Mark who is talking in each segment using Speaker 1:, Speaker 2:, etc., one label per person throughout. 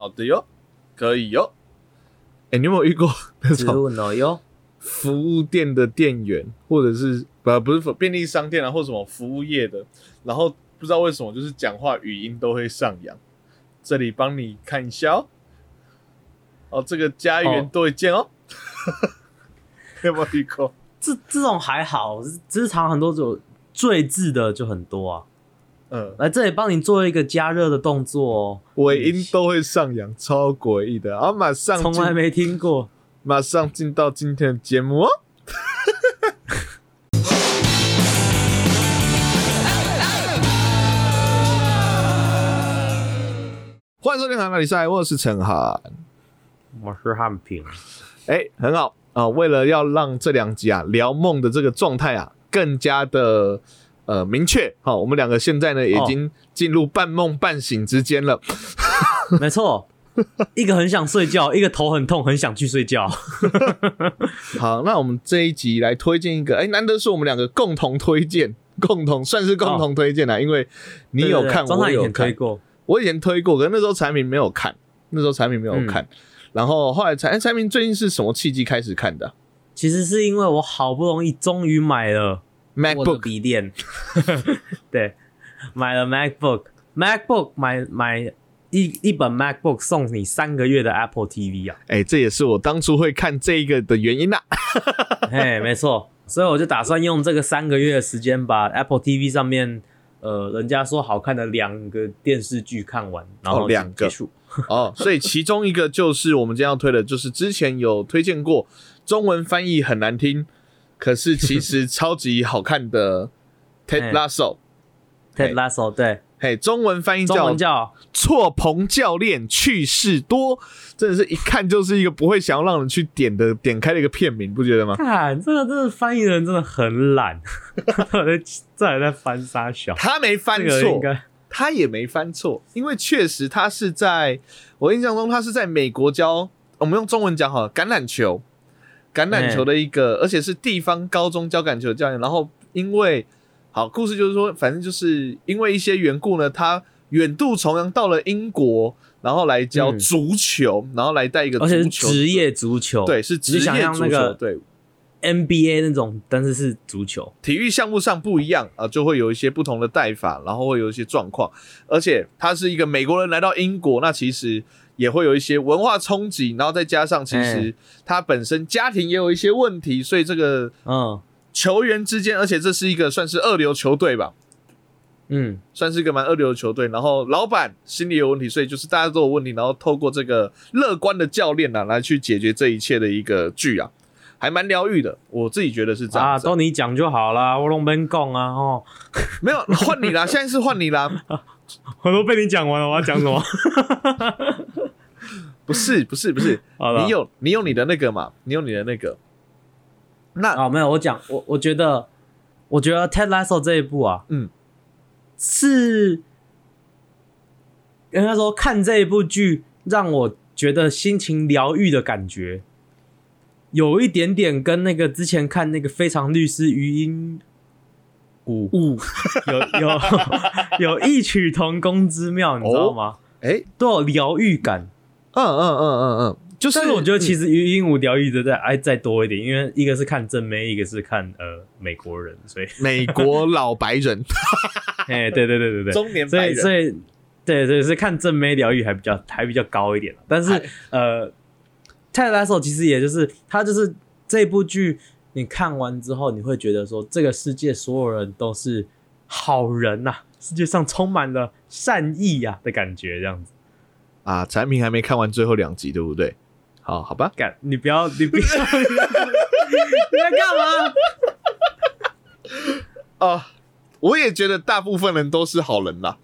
Speaker 1: 好的哟，可以哟。哎、你有没有遇过那
Speaker 2: 植
Speaker 1: 种
Speaker 2: 物奶油，
Speaker 1: 服务店的店员，或者是呃不是服便利商店啊，或什么服务业的，然后不知道为什么就是讲话语音都会上扬。这里帮你看一下哦。哦，这个家园
Speaker 2: 哦
Speaker 1: 对见哦。 有没有遇过？
Speaker 2: 这这种还好，职场很多种坠字的就很多啊。
Speaker 1: 嗯，
Speaker 2: 来这里帮你做一个加热的动作哦，
Speaker 1: 尾音都会上扬，超诡异的。然后马上
Speaker 2: 从
Speaker 1: 进
Speaker 2: 来没听过。
Speaker 1: 马上进到今天的节目哦。 欢迎收听《韩马比赛》，我是陈涵。
Speaker 2: 我是汉平，
Speaker 1: 哎、很好啊、为了要让这两集啊聊梦的这个状态啊更加的呃明确，好、我们两个现在呢已经进入半梦半醒之间了。
Speaker 2: 没错，一个很想睡觉，一个头很痛，很想去睡觉。
Speaker 1: 好，那我们这一集来推荐一个，哎、难得是我们两个共同推荐，共同算是共同推荐啦、因为你有看，
Speaker 2: 啊对对对
Speaker 1: 我
Speaker 2: 庄
Speaker 1: 也
Speaker 2: 太以
Speaker 1: 有
Speaker 2: 前推
Speaker 1: 看，
Speaker 2: 过，
Speaker 1: 我以前推过，可是那时候产品没有看，那时候产品没
Speaker 2: 嗯
Speaker 1: 有看，然后后来产哎产品最近是什么契机开始看的啊
Speaker 2: 其实是因为我好不容易终于买了我的
Speaker 1: ？MacBook
Speaker 2: 笔电，对，买了 MacBook，MacBook 买买一一本 MacBook 送你三个月的 Apple TV 啊，
Speaker 1: 哎、这也是我当初会看这一个的原因啦、
Speaker 2: 嘿，没错，所以我就打算用这个三个月的时间把 Apple TV 上面呃人家说好看的两个电视剧看完，然后
Speaker 1: 哦两个
Speaker 2: 结束
Speaker 1: 哦，所以其中一个就是我们今天要推的，就是之前有推荐过，中文翻译很难听，可是其实超级好看的 Ted
Speaker 2: 哎
Speaker 1: Lasso。
Speaker 2: Ted Lasso 对，
Speaker 1: 嘿，中文翻译
Speaker 2: 中
Speaker 1: 叫
Speaker 2: 文叫
Speaker 1: 错棚教练趣事多，真的是一看就是一个不会想要让人去点的点开的一个片名，不觉得吗？
Speaker 2: 看，这个真的翻译人真的很懒， 到底在这还在翻沙小，
Speaker 1: 他没翻
Speaker 2: 这个应
Speaker 1: 错，
Speaker 2: 该
Speaker 1: 他也没翻错，因为确实他是在我印象中他是在美国教，呃我们用中文讲好了，橄榄球，橄榄球的一个，
Speaker 2: 嗯
Speaker 1: 而且是地方高中教橄榄球的教练，然后因为好故事就是说，反正就是因为一些缘故呢，他远渡重洋到了英国，然后来教
Speaker 2: 嗯
Speaker 1: 足球，然后来带一个足
Speaker 2: 而且是
Speaker 1: 球
Speaker 2: 职业足球，
Speaker 1: 对，是职
Speaker 2: 哦你想
Speaker 1: 业
Speaker 2: 象
Speaker 1: 足球，
Speaker 2: 那个
Speaker 1: 对
Speaker 2: NBA 那种，但是是足球，
Speaker 1: 体育项目上不一样啊，就会有一些不同的带法，然后会有一些状况。而且他是一个美国人来到英国，那其实也会有一些文化冲击，然后再加上其实
Speaker 2: 哎
Speaker 1: 他本身家庭也有一些问题，所以这个
Speaker 2: 嗯
Speaker 1: 球员之间，而且这是一个算是二流球队吧，
Speaker 2: 嗯，
Speaker 1: 算是一个蛮二流的球队。然后老板心理有问题，所以就是大家都有问题，然后透过这个乐观的教练呢、啊、来去解决这一切的一个剧啊，还蛮疗愈的，我自己觉得是这样
Speaker 2: 啊，
Speaker 1: 子啊
Speaker 2: 都你讲就好啦，我拢免讲啊，哦，
Speaker 1: 没有换 你啦，现在是换你啦，
Speaker 2: 我都被你讲完了，我要讲什么？
Speaker 1: 不是不是不是，
Speaker 2: 好了
Speaker 1: 你有你有你的那个嘛，你有你的那个， 那
Speaker 2: 啊，没有，我讲，我我觉得，我觉得 Ted Lasso 这一部啊，
Speaker 1: 嗯，
Speaker 2: 是应该说看这一部剧让我觉得心情疗愈的感觉，有一点点跟那个之前看那个《非常律师余英
Speaker 1: 五
Speaker 2: 五》有 有有异曲同工之妙，你知道吗？
Speaker 1: 哎，
Speaker 2: 都有疗愈感，
Speaker 1: 嗯嗯嗯嗯嗯，就是
Speaker 2: 但是我觉得其
Speaker 1: 实
Speaker 2: 实余英武疗愈的再哎再多一点，因为一个是看正妹，一个是看呃美国人， 所以
Speaker 1: 美国老白人
Speaker 2: 哎，对对 对对对，
Speaker 1: 中年
Speaker 2: 所
Speaker 1: 白
Speaker 2: 以
Speaker 1: 人，
Speaker 2: 所以对对是看正妹疗愈还比较还比较高一点啊但是
Speaker 1: 还
Speaker 2: 呃，泰拉手其实也就是他就是这部剧你看完之后，你会觉得说这个世界所有人都是好人呐、世界上充满了善意呀、的感觉，这样子。
Speaker 1: 啊，产品还没看完最后两集，对不对？好好吧，
Speaker 2: 干，你不要，你不要，你在干嘛？
Speaker 1: 啊，我也觉得大部分人都是好人啦，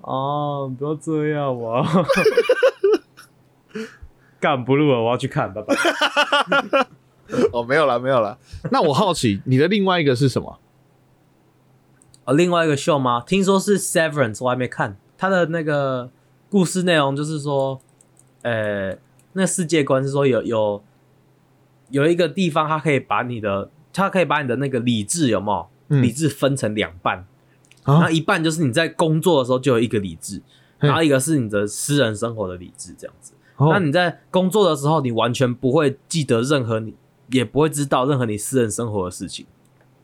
Speaker 2: 哦，不要这样嘛！ 干不录了，我要去看，拜拜。
Speaker 1: 哦，没有啦，没有啦。那我好奇你的另外一个是什么？
Speaker 2: 哦，另外一个秀吗？听说是 Severance，我还没看。它的那个故事内容就是说，呃，那世界观是说有有有一个地方，它可以把你的，它可以把你的那个理智有没有？
Speaker 1: 嗯
Speaker 2: 理智分成两半，然
Speaker 1: 啊
Speaker 2: 后一半就是你在工作的时候就有一个理智，
Speaker 1: 嗯
Speaker 2: 然后一个是你的私人生活的理智这样子。那
Speaker 1: 哦，
Speaker 2: 你在工作的时候，你完全不会记得任何你，也不会知道任何你私人生活的事情，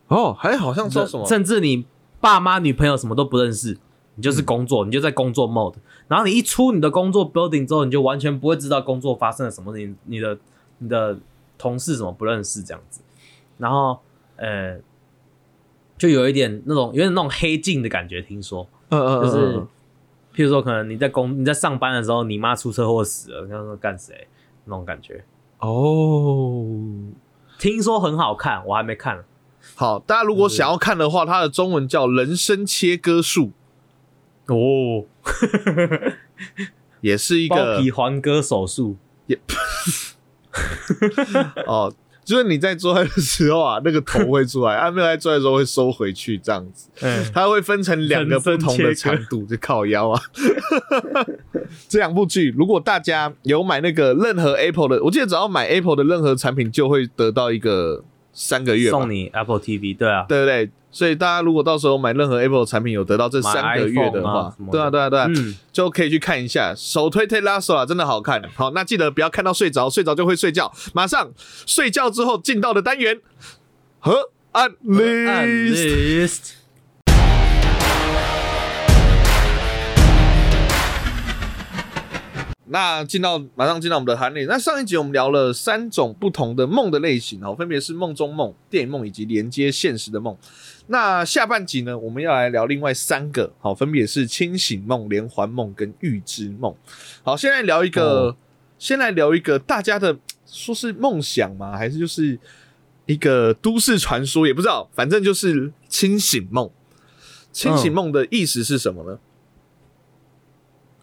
Speaker 1: 哦，还好像说什么，
Speaker 2: 甚至你爸妈、女朋友什么都不认识，你就是工作，你就在工作 mode。然后你一出你的工作 building 之后，你就完全不会知道工作发生了什么，你你的你的同事什么不认识这样子。然后呃，就有一点那种有点那种黑镜的感觉，听说。
Speaker 1: 嗯嗯
Speaker 2: 就
Speaker 1: 嗯
Speaker 2: 是
Speaker 1: 嗯，
Speaker 2: 譬如说，可能你在工你在上班的时候，你妈出车祸死了，你要说干谁那种感觉。
Speaker 1: 哦，
Speaker 2: 听说很好看，我还没看。
Speaker 1: 好，大家如果想要看的话，它的中文叫《人生切割术》，
Speaker 2: 哦，
Speaker 1: 也是一
Speaker 2: 包
Speaker 1: 个
Speaker 2: 皮环割手术，
Speaker 1: 哦，就是你在做爱的时候啊，那 个头会出来，啊，没有在做爱的时候会收回去，这样子，
Speaker 2: 嗯，
Speaker 1: 它会分成两个不同的长度，就靠腰啊。 这两部剧，如果大家有买那个任何 Apple 的，我记得只要买 Apple 的任何产品，就会得到一个三个月吧，
Speaker 2: 送你 Apple TV，对啊，
Speaker 1: 对不对？所以大家如果到时候买任何 Apple 的产品，有得到这
Speaker 2: 买
Speaker 1: 三个月的
Speaker 2: iPhone 啊
Speaker 1: 话
Speaker 2: 什么，的
Speaker 1: 对啊，对啊，对啊，
Speaker 2: 嗯，
Speaker 1: 就可以去看一下。首推 t e l a s o 啊，真的好看。好，那记得不要看到睡着，睡着就会睡觉。马上睡觉之后进到的单元和案
Speaker 2: 按
Speaker 1: 例。
Speaker 2: list，
Speaker 1: 那进到马上进到我们的韩里。那上一集我们聊了三种不同的梦的类型哦，分别是梦中梦、电影梦以及连接现实的梦。那下半集呢，我们要来聊另外三个，好，分别是清醒梦、连环梦跟预知梦。好，先来聊一个，
Speaker 2: 哦
Speaker 1: 先来聊一个大家的说是梦想吗？还是就是一个都市传说？也不知道，反正就是清醒梦。清醒梦的意思是什么呢？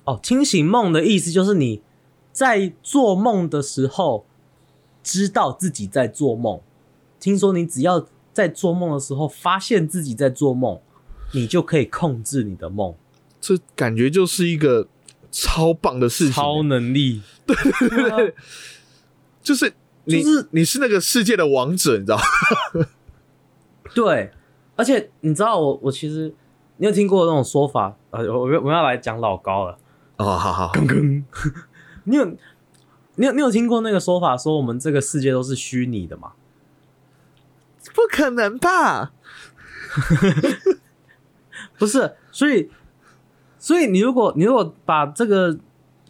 Speaker 2: 哦，清醒梦的意思就是你在做梦的时候，知道自己在做梦。听说你只要在做梦的时候发现自己在做梦，你就可以控制你的梦。
Speaker 1: 这感觉就是一个超棒的事情、
Speaker 2: 超能力， 对对对，
Speaker 1: 就是你、
Speaker 2: 就是
Speaker 1: 你是那个世界的王者，你知道吗？
Speaker 2: 对，而且你知道我我其实你有听过那种说法，呃，我我我要来讲老高了，
Speaker 1: 哦，好好，
Speaker 2: 你有你有你有听过那个说法说我们这个世界都是虚拟的嘛？
Speaker 1: 不可能吧？
Speaker 2: 不是，所以所以你如果你如果把这个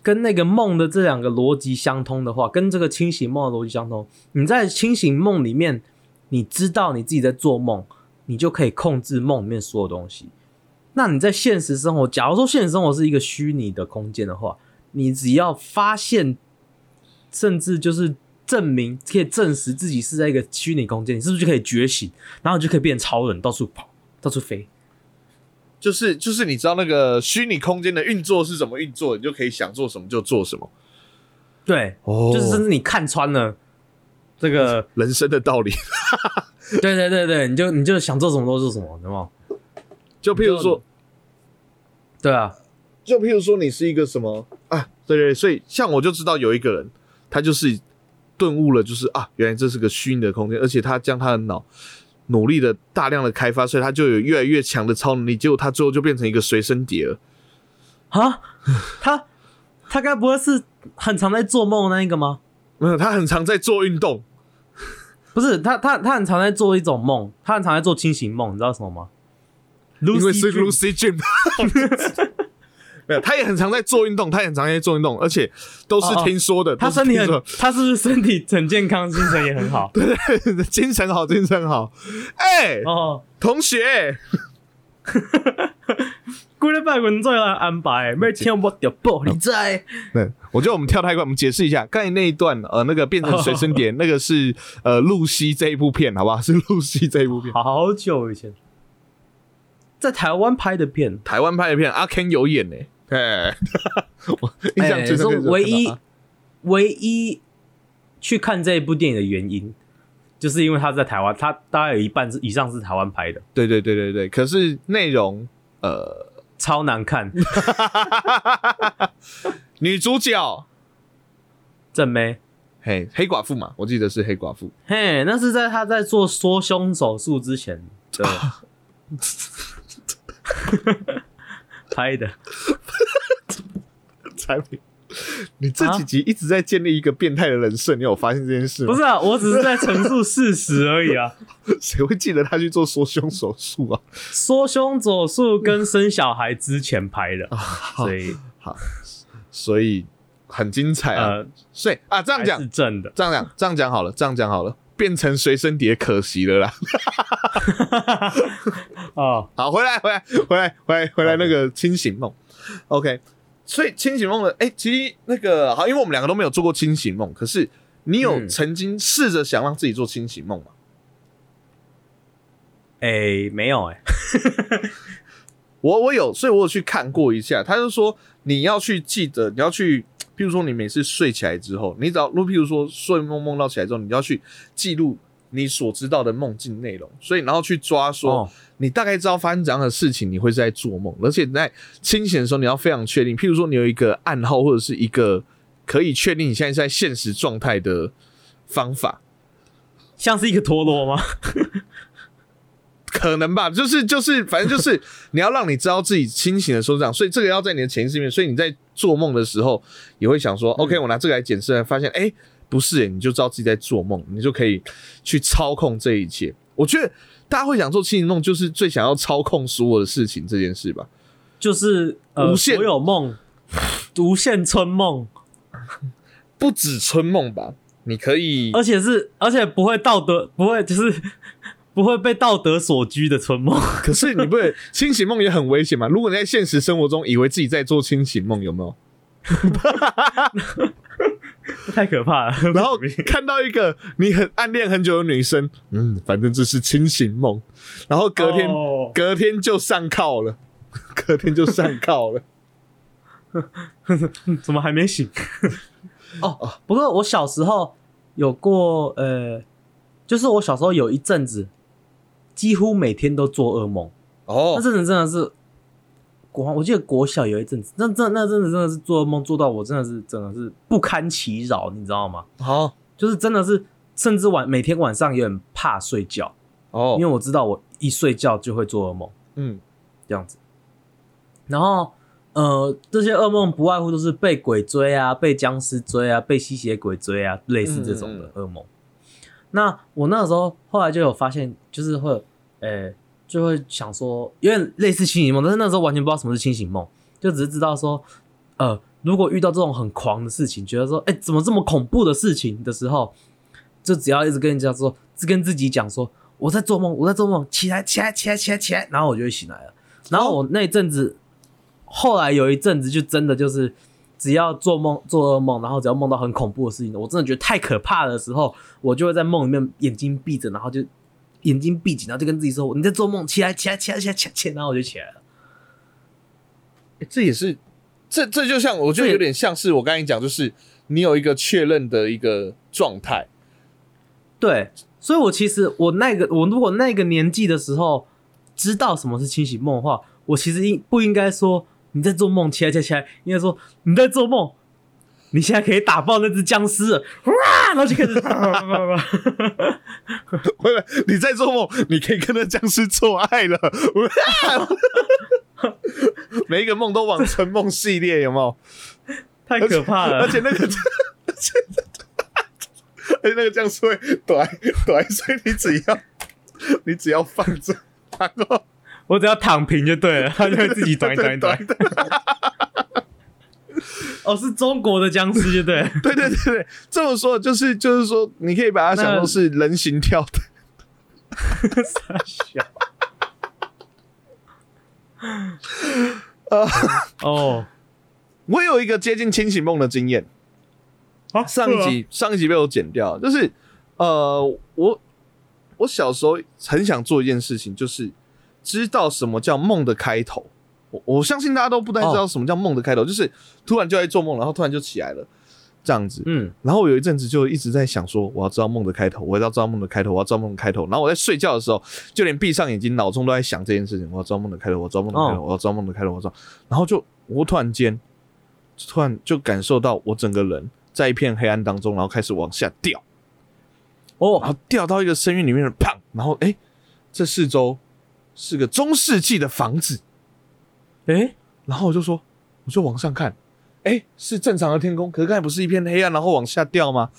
Speaker 2: 跟那个梦的这两个逻辑相通的话，跟这个清醒梦的逻辑相通，你在清醒梦里面，你知道你自己在做梦，你就可以控制梦里面所有东西。那你在现实生活，假如说现实生活是一个虚拟的空间的话，你只要发现，甚至就是证明，可以证实自己是在一个虚拟空间，你是不是就可以觉醒，然后你就可以变超人，到处跑，到处飞？
Speaker 1: 就是就是你知道那个虚拟空间的运作是怎么运作，你就可以想做什么就做什么。
Speaker 2: 对，
Speaker 1: 哦，
Speaker 2: 就是甚至你看穿了这个
Speaker 1: 人生的道理。
Speaker 2: 对对对对，你就你就想做什么都做什么，对吗？
Speaker 1: 就譬如说，
Speaker 2: 对啊，
Speaker 1: 就譬如说你是一个什么啊？对对对，所以像我就知道有一个人，他就是顿悟了，就是啊，原来这是个虚拟的空间，而且他将他的脑。努力的大量的开发，所以他就有越来越强的超能力。结果他最后就变成一个随身碟了。
Speaker 2: 啊， 他他该不会是很常在做梦的那一个吗？
Speaker 1: 没有，他很常在做运动，
Speaker 2: 不是，他他他很常在做一种梦，他很常在做清醒梦，你知道什么吗？
Speaker 1: 因为
Speaker 2: Lucy
Speaker 1: 是
Speaker 2: Dream
Speaker 1: Lucy Jim。没有，他也很常在做运动，他也很常在做运动，而且都是
Speaker 2: 哦哦
Speaker 1: 听说的。
Speaker 2: 他
Speaker 1: 都是
Speaker 2: 身体
Speaker 1: 听
Speaker 2: 很
Speaker 1: 说，
Speaker 2: 他是不是身体很健康，精神也很 好？
Speaker 1: 的 精神好，精神好。哎、
Speaker 2: 哦，
Speaker 1: 同学，
Speaker 2: 过礼拜文做来安排，每天我着报你知？
Speaker 1: 对，我觉得我们跳太快，我们解释一下刚才那一段，呃，那个变成随身 碟，那个是呃露西这一部片，好不好？是露西这一部片，
Speaker 2: 好久以前，在台湾拍的片，
Speaker 1: 台湾拍的片，阿 Ken 有演呢、哎，我 印象最
Speaker 2: 是
Speaker 1: 深刻就是
Speaker 2: 哎唯
Speaker 1: 看到
Speaker 2: 一
Speaker 1: 他
Speaker 2: 唯一去看这一部电影的原因，就是因为他在台湾，他大概有一半是以上是台湾拍的，
Speaker 1: 对对对对对，可是内容呃，
Speaker 2: 超难看，
Speaker 1: 女主角
Speaker 2: 正妹。
Speaker 1: 嘿黑寡妇嘛，我记得是黑寡 妇，
Speaker 2: 嘿，那是在他在做缩胸手术之前的 拍的，
Speaker 1: 产品。 你这几集一直在建立一个变态的人设，你有发现这件事吗？
Speaker 2: 不是啊，我只是在陈述事实而已啊。
Speaker 1: 谁会记得他去做缩胸手术啊？
Speaker 2: 缩胸手术跟生小孩之前拍 的，
Speaker 1: 哦
Speaker 2: 所以
Speaker 1: 好，所以很精彩啊。
Speaker 2: 呃，
Speaker 1: 所以啊，这样
Speaker 2: 还
Speaker 1: 讲
Speaker 2: 是，正的。
Speaker 1: 这样讲，这样讲好了，这样讲好了，变成随身碟可惜了啦。
Speaker 2: 哦，
Speaker 1: 好，回来，回来，回来，回来，回来，那个清醒梦，OK。所以清醒梦的，哎、其实那个好，因为我们两个都没有做过清醒梦，可是你有
Speaker 2: 嗯
Speaker 1: 曾经试着想让自己做清醒梦吗？
Speaker 2: 哎、没有哎、
Speaker 1: 我我有，所以我有去看过一下。他就说你要去记得，你要去，譬如说你每次睡起来之后，你只要，如譬如说睡梦梦到起来之后，你要去记录你所知道的梦境内容，所以然后去抓说、
Speaker 2: 哦，
Speaker 1: 你大概知道发生怎样的事情，你会是在做梦，而且你在清醒的时候，你要非常确定。譬如说，你有一个暗号或者是一个可以确定你现在是在现实状态的方法，
Speaker 2: 像是一个陀螺吗？
Speaker 1: 可能吧？ 就是就是，反正就是你要让你知道自己清醒的时候是这样，所以这个要在你的潜意识里面。所以你在做梦的时候，也会想说、o k 我拿这个来检视，发现哎、诶不是、诶你就知道自己在做梦，你就可以去操控这一切。我觉得大家会想做清醒梦，就是最想要操控所有的事情这件事吧。
Speaker 2: 就是、呃、
Speaker 1: 无限
Speaker 2: 所有梦， 无限春梦，
Speaker 1: 不止春梦吧，你可以
Speaker 2: 而且是而且不会道德，不会就是 不会被道德所拘的春梦。
Speaker 1: 可是你不能清醒梦也很危险嘛？如果你在现实生活中以为自己在做清醒梦，有 没有？
Speaker 2: 太可怕了。
Speaker 1: 然后看到一个你很暗恋很久的女生，嗯，反正这是清醒梦，然后隔天、
Speaker 2: 哦
Speaker 1: 隔天就上铐了， 隔天就上铐了。
Speaker 2: 怎么还没醒？ 哦，不过我小时候有过，呃，就是我小时候有一阵子，几乎每天都做噩梦。那
Speaker 1: 哦，
Speaker 2: 阵子真的是国，我记得国小有一阵子，那那那阵子真的是做噩梦做到我真的是真的是不堪其扰，你知道吗？
Speaker 1: 好
Speaker 2: 就是真的是，甚至晚每天晚上有点怕睡觉，因为
Speaker 1: 哦，
Speaker 2: 我知道我一睡觉就会做噩梦。
Speaker 1: 嗯，
Speaker 2: 这样子。然后呃，这些噩梦不外乎都是被鬼追啊，被僵尸追啊，被吸血鬼追啊，类似这种的噩梦。那我那时候后来就有发现，就是会呃、就会想说，有点类似清醒梦，但是那时候完全不知道什么是清醒梦，就只是知道说，呃，如果遇到这种很狂的事情，觉得说，哎、怎么这么恐怖的事情的时候，就只要一直跟人家说，跟自己讲说，我在做梦，我在做梦，起来，起来，起来，起来，起来，然后我就会醒来了。然后我那一阵子，后来有一阵子就真的就是，只要做梦做噩梦，然后只要梦到很恐怖的事情，我真的觉得太可怕的时候，我就会在梦里面眼睛闭着，然后就眼睛闭紧，然后就跟自己说：“你在做梦，起来，起来，起来，起来，起来！”起来然后我就起来了。
Speaker 1: 这也是，这这就像我觉得
Speaker 2: 这也
Speaker 1: 有点像是我刚才讲，就是你有一个确认的一个状态，
Speaker 2: 对，所以我其实我那个我如果那个年纪的时候知道什么是清醒梦的话，我其实应不应该说你在做梦，起来起来起来，应该说你在做梦，你现在可以打爆那只僵尸了，哇！然后就开始
Speaker 1: 不是你在做梦，你可以跟那僵尸做爱了。 每一个梦都往成梦系列，有没有？
Speaker 2: 太 可怕了，
Speaker 1: 而且那个，而且那个僵尸会躲来躲来，所以你只要你只要放着，然后
Speaker 2: 我只要躺平就对了，它就会自己短短短。
Speaker 1: 对
Speaker 2: 哦，是中国的僵尸就对了，
Speaker 1: 对对对，这么说就是就是说，你可以把它想
Speaker 2: 那
Speaker 1: 成是人形跳的。
Speaker 2: 傻笑。哦，
Speaker 1: 我有一个接近清醒梦的经验，
Speaker 2: 好，
Speaker 1: 上一集、上一集被我剪掉了，就是呃，我我小时候很想做一件事情，就是知道什么叫梦的开头。我我相信大家都不太知道什么叫梦的开头，就是突然就在做梦，然后突然就起来了这样子。
Speaker 2: 嗯，
Speaker 1: 然后我有一阵子就一直在想说，我要知道梦的开头，我要知道梦的开头，我要知道梦的开头。然后我在睡觉的时候，就连闭上眼睛，脑中都在想这件事情，我要知道梦的开头，我要知道梦的开头，
Speaker 2: 哦
Speaker 1: 我要知道梦的开头，我要知道。然后就我突然间，突然就感受到我整个人在一片黑暗当中，然后开始往下掉，然
Speaker 2: 哦，
Speaker 1: 后掉到一个深渊里面的砰，然后哎，这四周是个中世纪的房子，
Speaker 2: 诶，
Speaker 1: 然后我就说，我就往上看，哎、哎，是正常的天空，可是刚才不是一片黑暗，然后往下掉吗？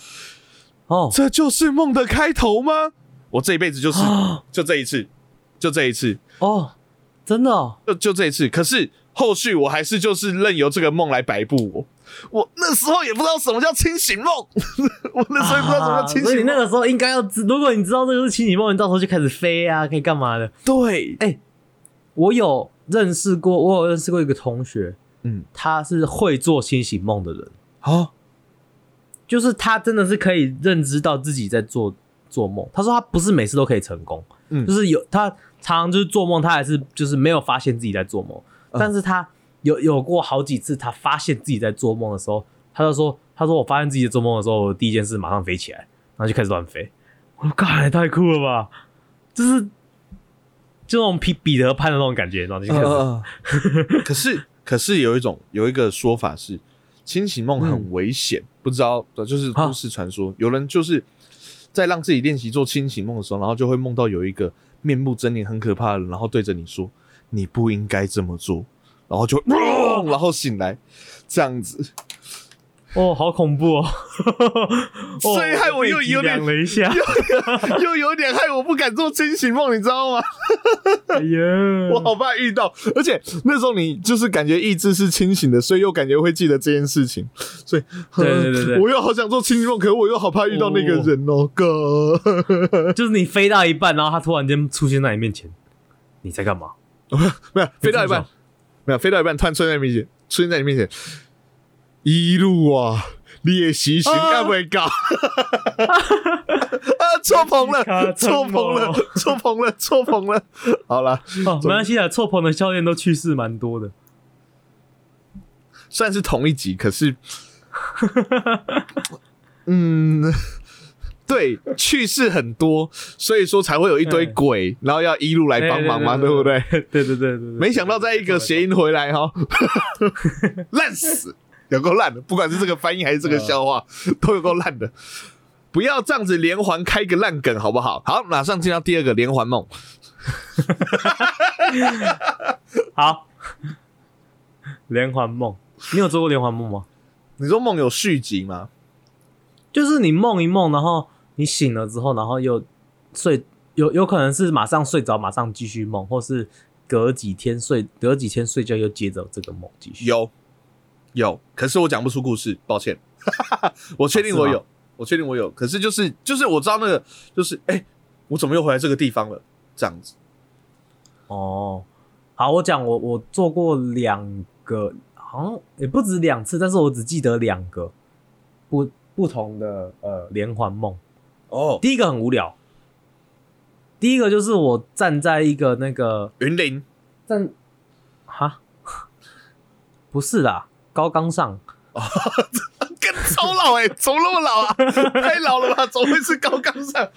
Speaker 2: 哦，
Speaker 1: 这就是梦的开头吗？我这一辈子就是
Speaker 2: 啊
Speaker 1: 就这一次，就这一次，
Speaker 2: 哦，真 的哦，
Speaker 1: 就就这一次。可是后续我还是就是任由这个梦来摆布我。我那时候也不知道什么叫清醒梦， 我那时候也不知道什么叫清
Speaker 2: 啊所以
Speaker 1: 醒
Speaker 2: 你那
Speaker 1: 梦。
Speaker 2: 个时候应该要知，如果你知道这个是清醒梦，你到时候就开始飞啊，可以干嘛的？
Speaker 1: 对，
Speaker 2: 我有认识过，我有认识过一个同学，
Speaker 1: 嗯，
Speaker 2: 他是会做清醒梦的人，
Speaker 1: 好，
Speaker 2: 就是他真的是可以认知到自己在做做梦。他说他不是每次都可以成功，
Speaker 1: 嗯
Speaker 2: 就是有他常常就是做梦，他还是就是没有发现自己在做梦，
Speaker 1: 嗯
Speaker 2: 但是他有有过好几次，他发现自己在做梦的时候，他就说，他说我发现自己在做梦的时候，我第一件事马上飞起来，然后就开始乱飞，我说，干也太酷了吧，就是就那种彼彼得潘的那种感觉，然后就开始，
Speaker 1: 嗯嗯嗯可是可是有一种有一个说法是，清醒梦很危险，不知道就是
Speaker 2: 啊
Speaker 1: 都市传说，有人就是在让自己练习做清醒梦的时候，然后就会梦到有一个面目狰狞、很可怕的人，然后对着你说：“你不应该这么做。”然后就，呃然后醒来，这样子，
Speaker 2: 哦，好恐怖哦，
Speaker 1: 所以害我又
Speaker 2: 背脊
Speaker 1: 有点
Speaker 2: 凉了一下，
Speaker 1: 又有点害我不敢做清醒梦，你知道吗？
Speaker 2: 哎呀，
Speaker 1: 我好怕遇到，而且那时候你就是感觉意志是清醒的，所以又感觉会记得这件事情，所以嗯
Speaker 2: 对对对对
Speaker 1: 我又好想做清醒梦，可我又好怕遇到那个人哦，哥，
Speaker 2: 就是你飞到一半，然后他突然间出现在你面前，你在干嘛？
Speaker 1: 没有飞到一半，没有飞到一半，突然出现在你面前，出现在你面前，一路啊，练习行
Speaker 2: 啊
Speaker 1: 干不会搞， 啊，错棚了，错棚了，错棚了，错棚了，好了，
Speaker 2: 哦，没关系啊，错棚的教练都去世蛮多的。
Speaker 1: 虽然是同一集，可 是，嗯，对，趣事很多，所以说才会有一堆鬼，然后要一路来帮忙嘛，对不对？
Speaker 2: 对？对对对对。
Speaker 1: 没想到在一个谐音回来 哈，烂死，有够烂的，不管是这个翻译还是这个笑话，都有够烂的。不要这样子连环开个烂梗，好不好？好，马上进到第二个连环梦。
Speaker 2: 好。连环梦，你有做过连环梦吗？
Speaker 1: 你说梦有续集吗？
Speaker 2: 就是你梦一梦，然后你醒了之后，然后又睡，有有可能是马上睡着，马上继续梦，或是隔几天睡，隔几天睡觉又接着这个梦继续。
Speaker 1: 有，有，可是我讲不出故事，抱歉。 我确定我有，我确定我有，可是就是就是我知道那个就是哎、诶我怎么又回来这个地方了？这样子，
Speaker 2: 哦，好，我讲我我做过两个，好像也不止两次，但是我只记得两个不不同的呃连环梦。
Speaker 1: 哦，
Speaker 2: 第一个很无聊，第一个就是我站在一个那个
Speaker 1: 云林
Speaker 2: 站，哈，不是啦，高岗上，
Speaker 1: 跟超老哎、怎么那么老啊？太老了吧？怎么会是高岗上？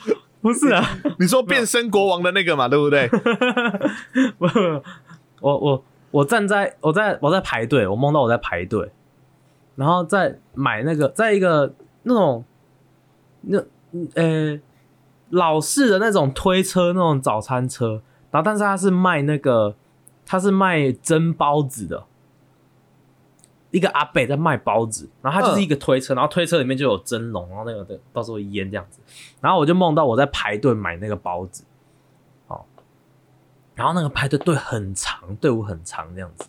Speaker 2: 不是啊，
Speaker 1: 你说变身国王的那个嘛，对不 对？
Speaker 2: 不我我我站在我在我在排队，我梦到我在排队，然后在买那个，在一个那种那呃老式的那种推车那种早餐车，然后但是它是卖那个它是卖蒸包子的。一个阿伯在卖包子，然后他就是一个推车，然后推车里面就有蒸笼，然后那个到时候烟这样子，然后我就梦到我在排队买那个包子，哦然后那个排队队很长，队伍很长这样子，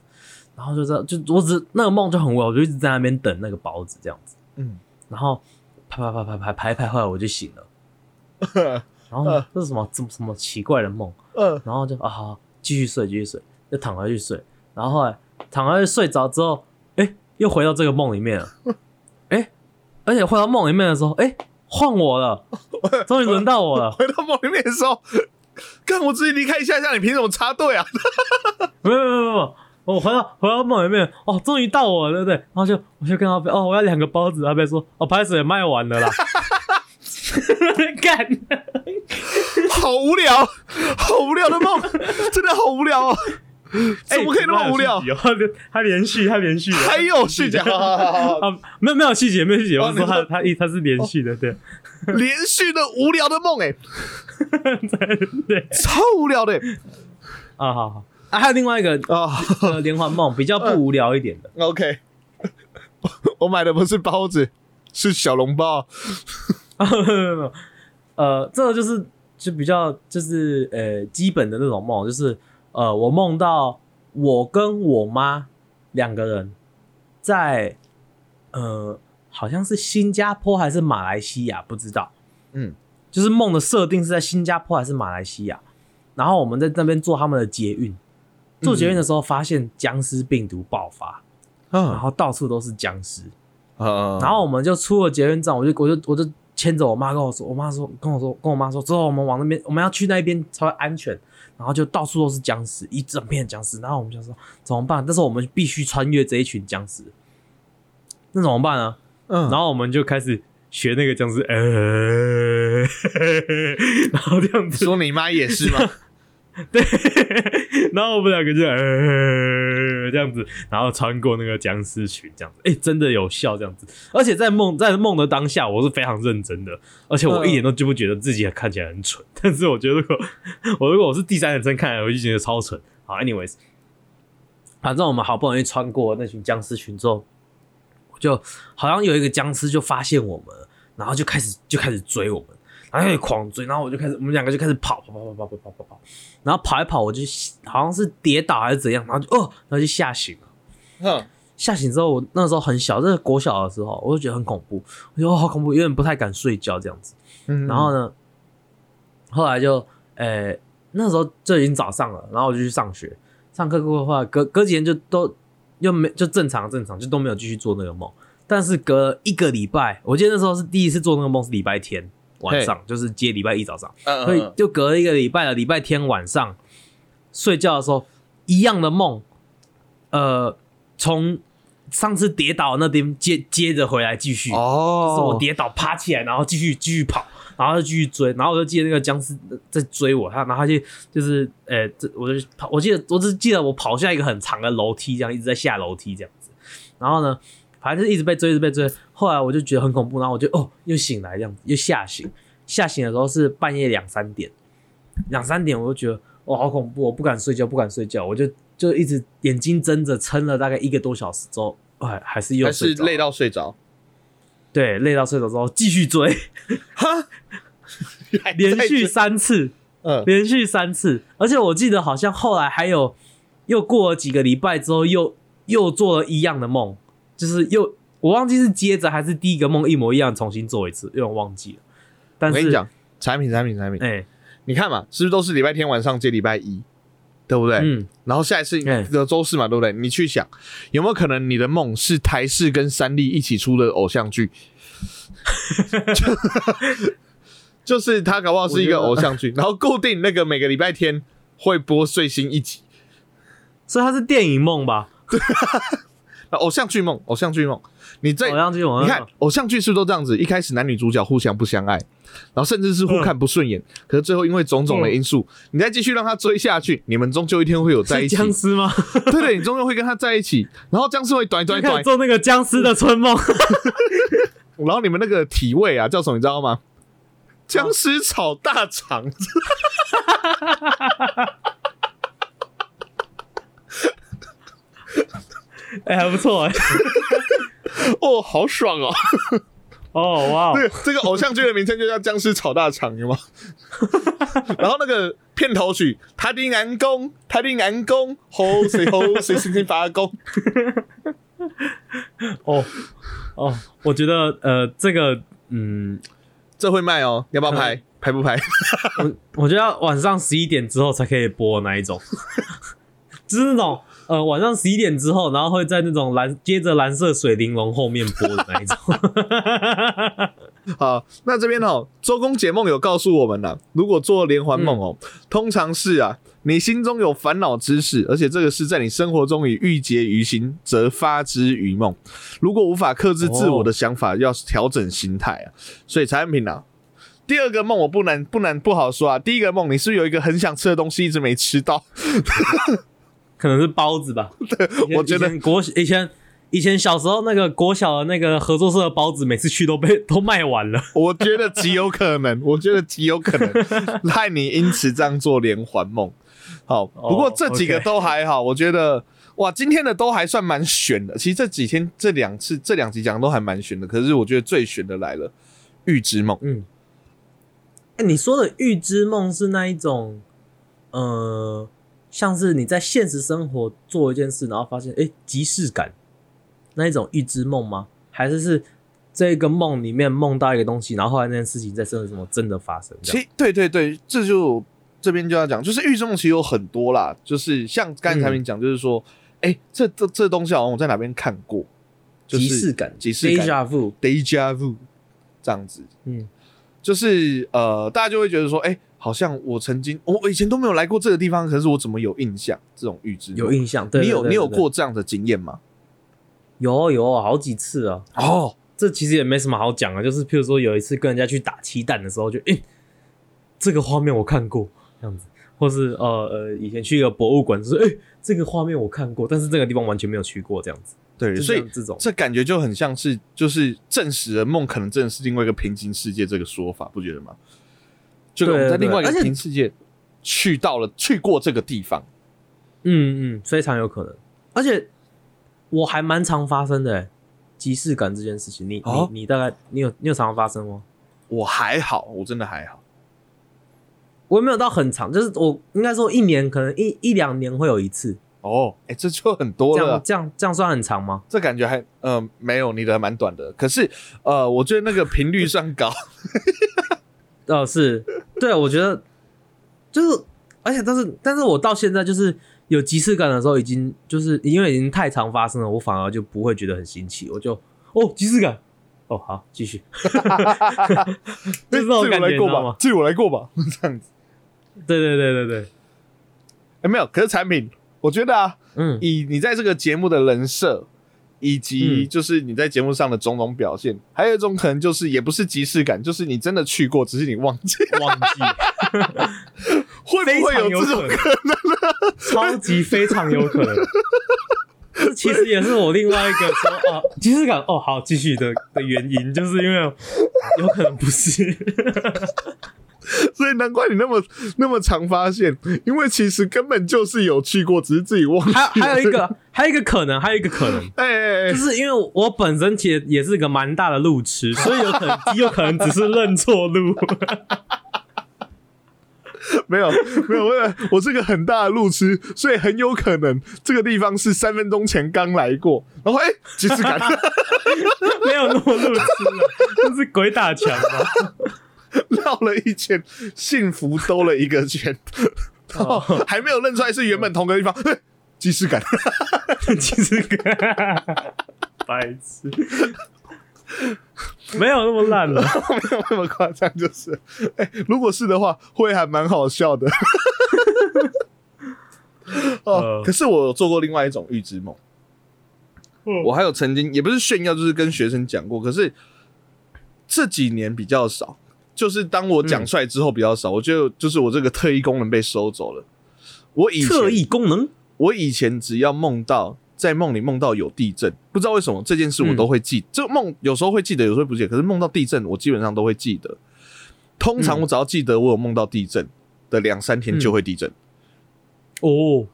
Speaker 2: 然后就这样，就我只那个梦就很无聊，我就一直在那边等那个包子这样子，
Speaker 1: 嗯，
Speaker 2: 然后排排排排排排排，后来我就醒了，然后呢
Speaker 1: 嗯
Speaker 2: 这是什么怎么什么奇怪的梦，
Speaker 1: 呃，
Speaker 2: 然后就啊好继续睡继续睡，就躺下去睡，然后后来躺下去睡着之后，哎又回到这个梦里面了，哎而且回到梦里面的时候，哎换我了，终于轮到我了，
Speaker 1: 回到梦里面的时候，干我自己离开一下下，你凭什么插队啊？
Speaker 2: 没有没有没有没有，我回到回到梦里面，哦，终于到我了，对不对？然后就我就跟阿贝，哦，我要两个包子，阿贝说，哦，拍子也卖完了啦。 干，
Speaker 1: 好无聊，好无聊的梦，真的好无聊哦！怎么可以那么无聊？
Speaker 2: 哎？他他连续，他连续的，
Speaker 1: 还有续集， 好好好好好，
Speaker 2: 啊，没有没有细节，没有细节，
Speaker 1: 哦
Speaker 2: 我是说
Speaker 1: 你
Speaker 2: 他
Speaker 1: 说
Speaker 2: 他一他是连续的，对
Speaker 1: 连续的无聊的梦，哎，
Speaker 2: 对对
Speaker 1: 超无聊的欸
Speaker 2: 啊，好好啊，还有另外一个
Speaker 1: 啊。
Speaker 2: 呃连环梦，比较不无聊一点的，
Speaker 1: OK， 我买的不是包子，是小笼包。
Speaker 2: 呃，这个就是就比较就是呃基本的那种梦，就是呃我梦到我跟我妈两个人在呃好像是新加坡还是马来西亚，不知道，
Speaker 1: 嗯，
Speaker 2: 就是梦的设定是在新加坡还是马来西亚，然后我们在那边坐他们的捷运，坐捷运的时候发现僵尸病毒爆发，然
Speaker 1: 啊
Speaker 2: 后到处都是僵尸，
Speaker 1: 啊
Speaker 2: 然后我们就出了捷运站，我就我就我就牵着我妈跟我说，我妈说跟我说跟我妈说，之后我们往那边我们要去那边才会安全，然后就到处都是僵尸，一整片僵尸，然后我们就说怎么办？但是我们必须穿越这一群僵尸，那怎么办呢？
Speaker 1: 嗯，
Speaker 2: 然后我们就开始学那个僵尸，呃， 然后这样子，
Speaker 1: 说你妈也是 吗？
Speaker 2: 对， 然后我们两个就呃这样子，然后穿过那个僵尸群，这样子，哎、真的有效这样子。而且在梦在梦的当下，我是非常认真的，而且我
Speaker 1: 嗯
Speaker 2: 一点都就不觉得自己看起来很蠢。 但是我觉得如果我如果我是第三人称看，我就觉得超蠢。好，anyways，反正我们好不容易穿过那群僵尸群之后，我就好像有一个僵尸就发现我们了，然后就开始就开始追我们。然后就狂追，然后我就开始，我们两个就开始跑，跑跑跑跑跑跑跑跑，然后跑一跑，我就好像是跌倒还是怎样，然后就哦，然后就吓醒了。
Speaker 1: 哼
Speaker 2: 吓醒之后，我那时候很小，这是国小的时候，我就觉得很恐怖，我觉得哦好恐怖，有点不太敢睡觉这样子。
Speaker 1: 嗯
Speaker 2: 然后呢，后来就呃、那时候就已经早上了，然后我就去上学，上课过后隔隔几天就都又没就正常正常，就都没有继续做那个梦。但是隔了一个礼拜，我记得那时候是第一次做那个梦是礼拜天晚上，就是接礼拜一早上。
Speaker 1: 嗯
Speaker 2: 所以
Speaker 1: 嗯
Speaker 2: 就隔了一个礼拜了，礼拜天晚上睡觉的时候，一样的梦，呃，从上次跌倒那边接接着回来继续，就是
Speaker 1: 哦，
Speaker 2: 我跌倒爬起来，然后继续继续跑，然后就继续追，然后我就记得那个僵尸在追我，他然后他就就是呃，这我就跑，我记得我只记得我跑下一个很长的楼梯，这样一直在下楼梯这样子，然后呢，反正就是一直被追，一直被追，后来我就觉得很恐怖，然后我就哦又醒来这样子，又吓醒，吓醒的时候是半夜两三点，两三点我就觉得哦好恐怖，我不敢睡觉，不敢睡觉，我就就一直眼睛睁着撑了大概一个多小时之后，哎还是又
Speaker 1: 还
Speaker 2: 睡
Speaker 1: 是
Speaker 2: 着了
Speaker 1: 累到睡着，
Speaker 2: 对累到睡着之后继续追。
Speaker 1: 哈，
Speaker 2: 连续三次，
Speaker 1: 嗯
Speaker 2: 连续三次，而且我记得好像后来还有，又过了几个礼拜之后又，又做了一样的梦，就是又我忘记是接着还是第一个梦一模一样重新做一次，因为我忘记了。但
Speaker 1: 我
Speaker 2: 是
Speaker 1: 跟你，讲，产品产品产品，
Speaker 2: 哎、
Speaker 1: 你看嘛，是不是都是礼拜天晚上接礼拜一，对不对？
Speaker 2: 嗯，
Speaker 1: 然后下一次
Speaker 2: 哎
Speaker 1: 的周四嘛，对不对？你去想有没有可能你的梦是台视跟三立一起出的偶像 剧？就就是他搞不好是一个
Speaker 2: 我觉得
Speaker 1: 偶像剧，然后固定那个每个礼拜天会播最新一集。
Speaker 2: 所以它是电影梦吧？
Speaker 1: 那偶像剧梦，偶像剧梦，你在
Speaker 2: 偶像剧，我
Speaker 1: 你看偶像剧是不是都这样子？一开始男女主角互相不相爱，然后甚至是互看不顺眼，
Speaker 2: 嗯
Speaker 1: 可是最后因为种种的因素，你再继续让他追下去，你们终究一天会有在一
Speaker 2: 是
Speaker 1: 起。
Speaker 2: 僵
Speaker 1: 对
Speaker 2: 尸吗？
Speaker 1: 对，你终究会跟他在一起，然后僵尸会短短
Speaker 2: 开
Speaker 1: 短
Speaker 2: 始，做那个僵尸的 春梦，
Speaker 1: 然后你们那个体味啊，叫什么你知道吗？僵尸炒大肠。
Speaker 2: 哎、还不错哎、
Speaker 1: 哦，好爽哦！
Speaker 2: 哦哇哦，
Speaker 1: 对，这个偶像剧的名称就叫《僵尸炒大肠》， 有吗？然后那个片头曲《他的南宫，他的南宫，吼谁吼谁星星发功》。
Speaker 2: 哦哦，我觉得呃，这个嗯，
Speaker 1: 这会卖哦，要不要拍？拍不拍？
Speaker 2: 我我觉得要晚上十一点之后才可以播那一种， 就是那种呃晚上十一点之后，然后会在那种蓝接着蓝色水玲珑后面播的那一种。
Speaker 1: 好，那这边哦，周公解梦有告诉我们了、如果做连环梦哦，通常是啊，你心中有烦恼之事，而且这个是在你生活中已郁结于心，则发之于梦。如果无法克制自我的想法，要调整心态啊。所以产品啊，第二个梦我不难不难不好说啊。第一个梦你是不是有一个很想吃的东西一直没吃到？
Speaker 2: 可能是包子吧。以前
Speaker 1: 我觉得
Speaker 2: 以前国以前以前小时候那个国小的那个合作社的包子，每次去都被都卖完了。
Speaker 1: 我觉得极有可能， 我觉得极有可 能害你因此这样做连环梦。好，不过这几个
Speaker 2: 哦 OK
Speaker 1: 都还好，我觉得哇，今天的都还算蛮悬的。其实这几天这两次这两集讲都还蛮悬的，可是我觉得最悬的来了，《预知梦》
Speaker 2: 嗯，哎、你说的《预知梦》是那一种，呃，像是你在现实生活做一件事，然后发现哎即视感那一种预知梦吗？还是是这个梦里面梦到一个东西，然后后来那件事情在生活中真的发生？这
Speaker 1: 其
Speaker 2: 样
Speaker 1: 实对对对，这就这边就要讲，就是《预知梦》其实有很多啦，就是像刚才
Speaker 2: 嗯
Speaker 1: 产品讲，就是说，哎、这这这东西好像我在哪边看过，就是
Speaker 2: 即视感，
Speaker 1: 即视感
Speaker 2: déjà vu，
Speaker 1: ，deja vu 这样子。
Speaker 2: 嗯，
Speaker 1: 就是呃，大家就会觉得说，哎、好像我曾经我我以前都没有来过这个地方，可是我怎么有印象？这种预知梦
Speaker 2: 有印象。对
Speaker 1: 你有
Speaker 2: 对对
Speaker 1: 你有
Speaker 2: 对
Speaker 1: 过这样的经验吗？
Speaker 2: 有有好几次啊，
Speaker 1: 哦，
Speaker 2: 这其实也没什么好讲的，啊就是譬如说有一次跟人家去打鸡蛋的时候就，诶，这个画面我看过这样子，或是呃呃以前去一个博物馆，就是诶，这个画面我看过，但是这个地方完全没有去过这样子，
Speaker 1: 对，
Speaker 2: 就
Speaker 1: 所以
Speaker 2: 像这种
Speaker 1: 这感觉就很像是就是证实了梦可能真的是另外一个平行世界这个说法，不觉得吗？就
Speaker 2: 对
Speaker 1: 我们在
Speaker 2: 对
Speaker 1: 另外一个
Speaker 2: 而且
Speaker 1: 平行世界去到了去过这个地方，
Speaker 2: 嗯嗯非常有可能，而且我还蛮常发生的、诶即视感这件事情，你、
Speaker 1: 哦
Speaker 2: 你你大概你有你有常常发生吗？
Speaker 1: 我还好，我真的还好。
Speaker 2: 我也没有到很长，就是我应该说一年可能一一两年会有一次，
Speaker 1: 哦，哎、这就很多啊
Speaker 2: 这
Speaker 1: 了
Speaker 2: 样，这样这样算很长吗？
Speaker 1: 这感觉还呃没有你的还蛮短的，可是呃，我觉得那个频率算高。
Speaker 2: 呃，是，对，我觉得就是，而且但是，但是我到现在就是有即视感的时候，已经就是因为已经太常发生了，我反而就不会觉得很新奇，我就哦即视感，哦好，继续， 就是这种
Speaker 1: 自
Speaker 2: 感
Speaker 1: 由
Speaker 2: 觉，
Speaker 1: 来
Speaker 2: 你知
Speaker 1: 过
Speaker 2: 道
Speaker 1: 吧
Speaker 2: 吗，？
Speaker 1: 自由来过吧， 这样子。
Speaker 2: 对对对对对，
Speaker 1: 哎、没有，可是产品，我觉得啊，
Speaker 2: 嗯，
Speaker 1: 以你在这个节目的人设，以及
Speaker 2: 嗯
Speaker 1: 就是你在节目上的种种表现，还有一种可能就是也不是即视感，就是你真的去过，只是你忘 记，
Speaker 2: 忘记，
Speaker 1: 会
Speaker 2: 非
Speaker 1: 不 会
Speaker 2: 常
Speaker 1: 这种
Speaker 2: 可？能， 超级非常有可能。这其实也是我另外一个说啊，即视感哦，好继续的的原因，就是因为有可能不是。
Speaker 1: 所以难怪你那么那么常发现，因为其实根本就是有去过，只是自己忘 记。
Speaker 2: 还有还有一，个，还有一个可能，还有一个可能，
Speaker 1: 哎哎哎
Speaker 2: 就，是因为我本身其实也是个蛮大的路 痴，所以有可能极有可能只是认错 路。
Speaker 1: 没有 没有，我有我这个很大的路痴，所以很有可能这个地方是三分钟前刚来过，然后哎、即视感，
Speaker 2: 没有那么路痴了，那是鬼打墙吗？
Speaker 1: 绕了一圈，幸福兜了一个圈，然后还没有认出来是原本同个地方，哎即视感。
Speaker 2: 其实 个白痴，没有那么烂了。
Speaker 1: 没有那么夸张，就是，哎、如果是的话，会还蛮好笑的。 哦，
Speaker 2: 呃
Speaker 1: 可是我有做过另外一种预知梦，
Speaker 2: 嗯
Speaker 1: 我还有曾经也不是炫耀，就是跟学生讲过，可是这几年比较少，就是当我
Speaker 2: 嗯
Speaker 1: 讲出来之后比较少，我觉得就是我这个特异功能被收走了。我以前
Speaker 2: 特异功能，
Speaker 1: 我以前只要梦到在梦里梦到有地震，不知道为什么这件事我
Speaker 2: 嗯
Speaker 1: 都会记，这梦有时候会记得，有时候不记得。可是梦到地震，我基本上都会记得。通常
Speaker 2: 嗯
Speaker 1: 我只要记得我有梦到地震的两三天就会地震，
Speaker 2: 哦，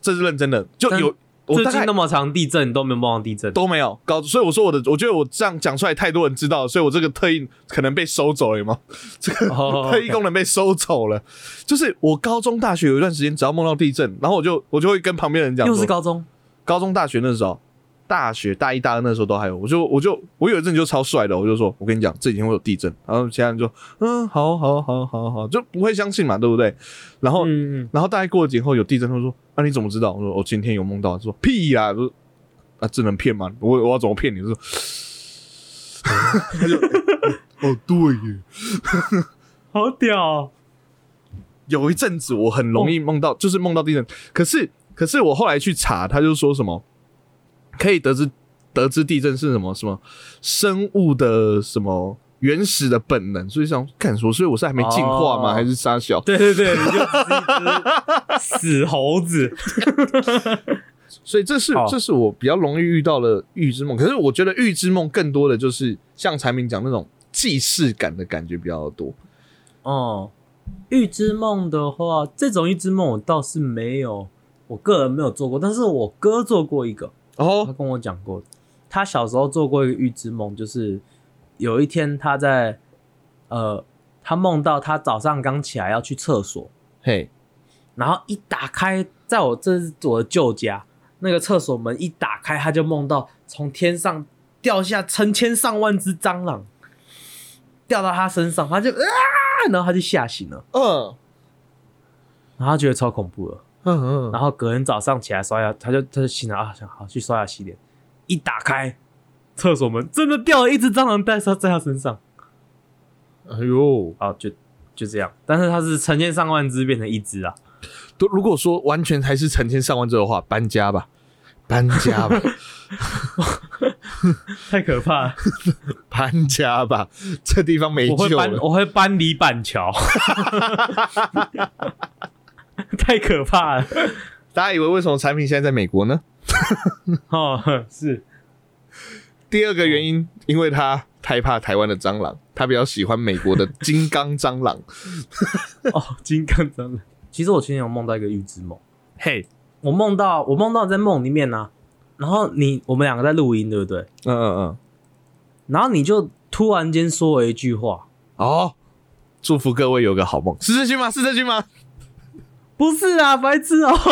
Speaker 1: 这是认真的。就有我
Speaker 2: 最
Speaker 1: 大
Speaker 2: 近
Speaker 1: 概
Speaker 2: 那么长地震，你都没有梦到地震，
Speaker 1: 都没有搞，所以我说我的，我觉得我这样讲出来太多人知道了，所以我这个特异可能被收走了，有吗？这个
Speaker 2: 哦
Speaker 1: 特异功能被收走了。就是我高中、大学有一段时间，只要梦到地震，然后我就我就会跟旁边人讲
Speaker 2: 又
Speaker 1: 说
Speaker 2: 是。高中，
Speaker 1: 高中、大学那时候，大学大一、大二那时候都还有，我就我就我有一阵就超帅的，我就说，我跟你讲，这几天会有地震，然后其他人就嗯，好好好好好，就不会相信嘛，对不对？然后、
Speaker 2: 嗯，嗯
Speaker 1: 然后大概过了几天后有地震，他们说，啊你怎么知道？我说我今天有梦到，他说屁呀、我说啊这能骗吗？我我要怎么骗你？他说， 他就、哦 对耶，
Speaker 2: 好屌哦，
Speaker 1: 有一阵子我很容易梦到，就是梦到地震。可是，可是我后来去查，他就说什么可以得知得知地震是什么什么生物的什么原始的本能，所以想看说，所以我是还没进化吗？
Speaker 2: 哦
Speaker 1: 还是杀小？
Speaker 2: 对对对，你就只是一只死猴子，
Speaker 1: 所以这是
Speaker 2: 好
Speaker 1: 这是我比较容易遇到的预知梦。可是我觉得预知梦更多的就是像产品讲那种既视感的感觉比较多。
Speaker 2: 哦。预知梦的话，这种预知梦我倒是没有我个人没有做过，但是我哥做过一个，他
Speaker 1: 哦，
Speaker 2: 跟我讲过，他小时候做过一个预知梦，就是有一天他在呃，他梦到他早上刚起来要去厕所，
Speaker 1: 嘿，
Speaker 2: 然后一打开，在我这是我的旧家那个厕所门一打开，他就梦到从天上掉下成千上万只蟑螂，掉到他身上，他就啊，然后他就吓醒了，
Speaker 1: 嗯
Speaker 2: 然后他觉得超恐怖了。
Speaker 1: 嗯嗯，
Speaker 2: 然后隔天早上起来刷牙，他就他就醒了啊，想好去刷牙洗脸，一打开厕所门，真的掉了一只蟑螂在他在他身上，
Speaker 1: 哎呦，
Speaker 2: 啊，就就这样，但是他是成千上万只变成一只啊，
Speaker 1: 都如果说完全还是成千上万只的话，搬家吧，搬家 吧，
Speaker 2: 太 可怕了，
Speaker 1: 搬家吧，这地方没
Speaker 2: 我会
Speaker 1: 救
Speaker 2: 搬
Speaker 1: 了。
Speaker 2: 我会搬离板 桥，太可怕了，
Speaker 1: 大家以为为什么产品现在在美国呢？
Speaker 2: 哦，是
Speaker 1: 第二个原因，因为他害怕台湾的蟑螂，他比较喜欢美国的金刚蟑螂。
Speaker 2: 哦，金刚蟑螂。其实我前天有梦到一个预知梦，
Speaker 1: 嘿，
Speaker 2: 我梦到我梦到在梦里面呢、然后你我们两个在录音，对不对？
Speaker 1: 嗯嗯嗯，
Speaker 2: 然后你就突然间说了一句话，
Speaker 1: 哦，祝福各位有个好梦，是这句吗？是这句吗？
Speaker 2: 不是啊，白痴哦、 不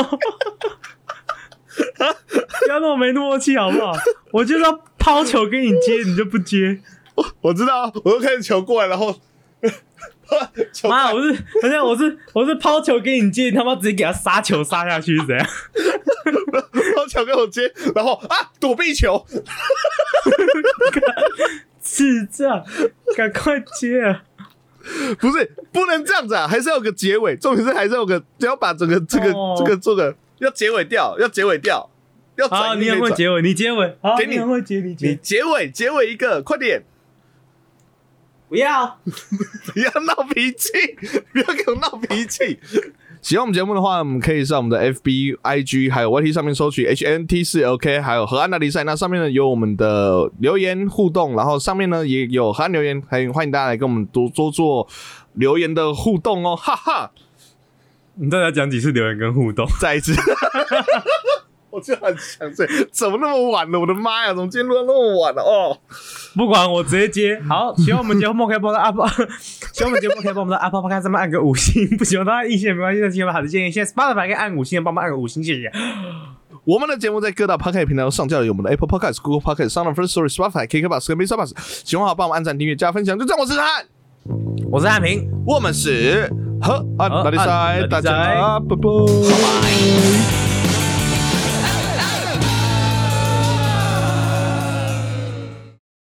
Speaker 2: 要那么没默契好不好？我就是要抛球给你接，你就不接。
Speaker 1: 我知道，啊我又开始球过来，然后 球过来
Speaker 2: 妈，我是等一下我是我是抛球给你接，你他妈直接给他杀球杀下去是怎样？
Speaker 1: 然后球给我接，然后啊躲避球，
Speaker 2: 智障，赶快接啊！
Speaker 1: 不是不能这样子啊，还是要有个结尾。重点是还是要有个要把整个这个、
Speaker 2: 哦
Speaker 1: 这个做个要结尾掉，要结尾掉，要
Speaker 2: 好，
Speaker 1: 转一
Speaker 2: 啊你
Speaker 1: 点
Speaker 2: 很会
Speaker 1: 转。
Speaker 2: 结尾，你结尾，好，
Speaker 1: 给你
Speaker 2: 你很会结，你
Speaker 1: 你
Speaker 2: 结，
Speaker 1: 结尾结尾一个，快点，
Speaker 2: 不要。
Speaker 1: 不要闹脾气， 不要给我闹脾气。 喜欢我们节目的话，我们可以上我们的 FB、IG 还有 YT 上面搜取 HNT 四 OK，还有河岸大比赛。那上面呢有我们的留言互动，然后上面呢也有河岸留言，还有欢迎大家来跟我们多多做留言的互动哦， 哈哈！
Speaker 2: 你到底要讲几次留言跟互动？
Speaker 1: 再一次， 我就很想睡，怎么那么晚了？我的妈呀，怎么今天录到那么晚了？哦，
Speaker 2: 不管我直接接。 好，喜欢我们节目可以帮我们的 up，喜欢我们节目可以帮我们的 Apple Podcast 上面按个五星，不喜欢大家意见也没关系，但喜欢好的建议，现在 Spotify 可以按五星，帮忙按个五星，谢谢。
Speaker 1: 我们的节目在各大 Podcast 平台都上架了，有我们的 Apple Podcast、Google Podcast、Sound On First Story、Spotify、KKBox 跟 m i s b o s 喜欢的话，帮我们按赞、订阅、加分享，就这样。我是汉，
Speaker 2: 我是汉平，
Speaker 1: 我们是河岸大力
Speaker 2: 河
Speaker 1: 赛，
Speaker 2: 岸
Speaker 1: 大
Speaker 2: 大力赛
Speaker 1: 家拜拜。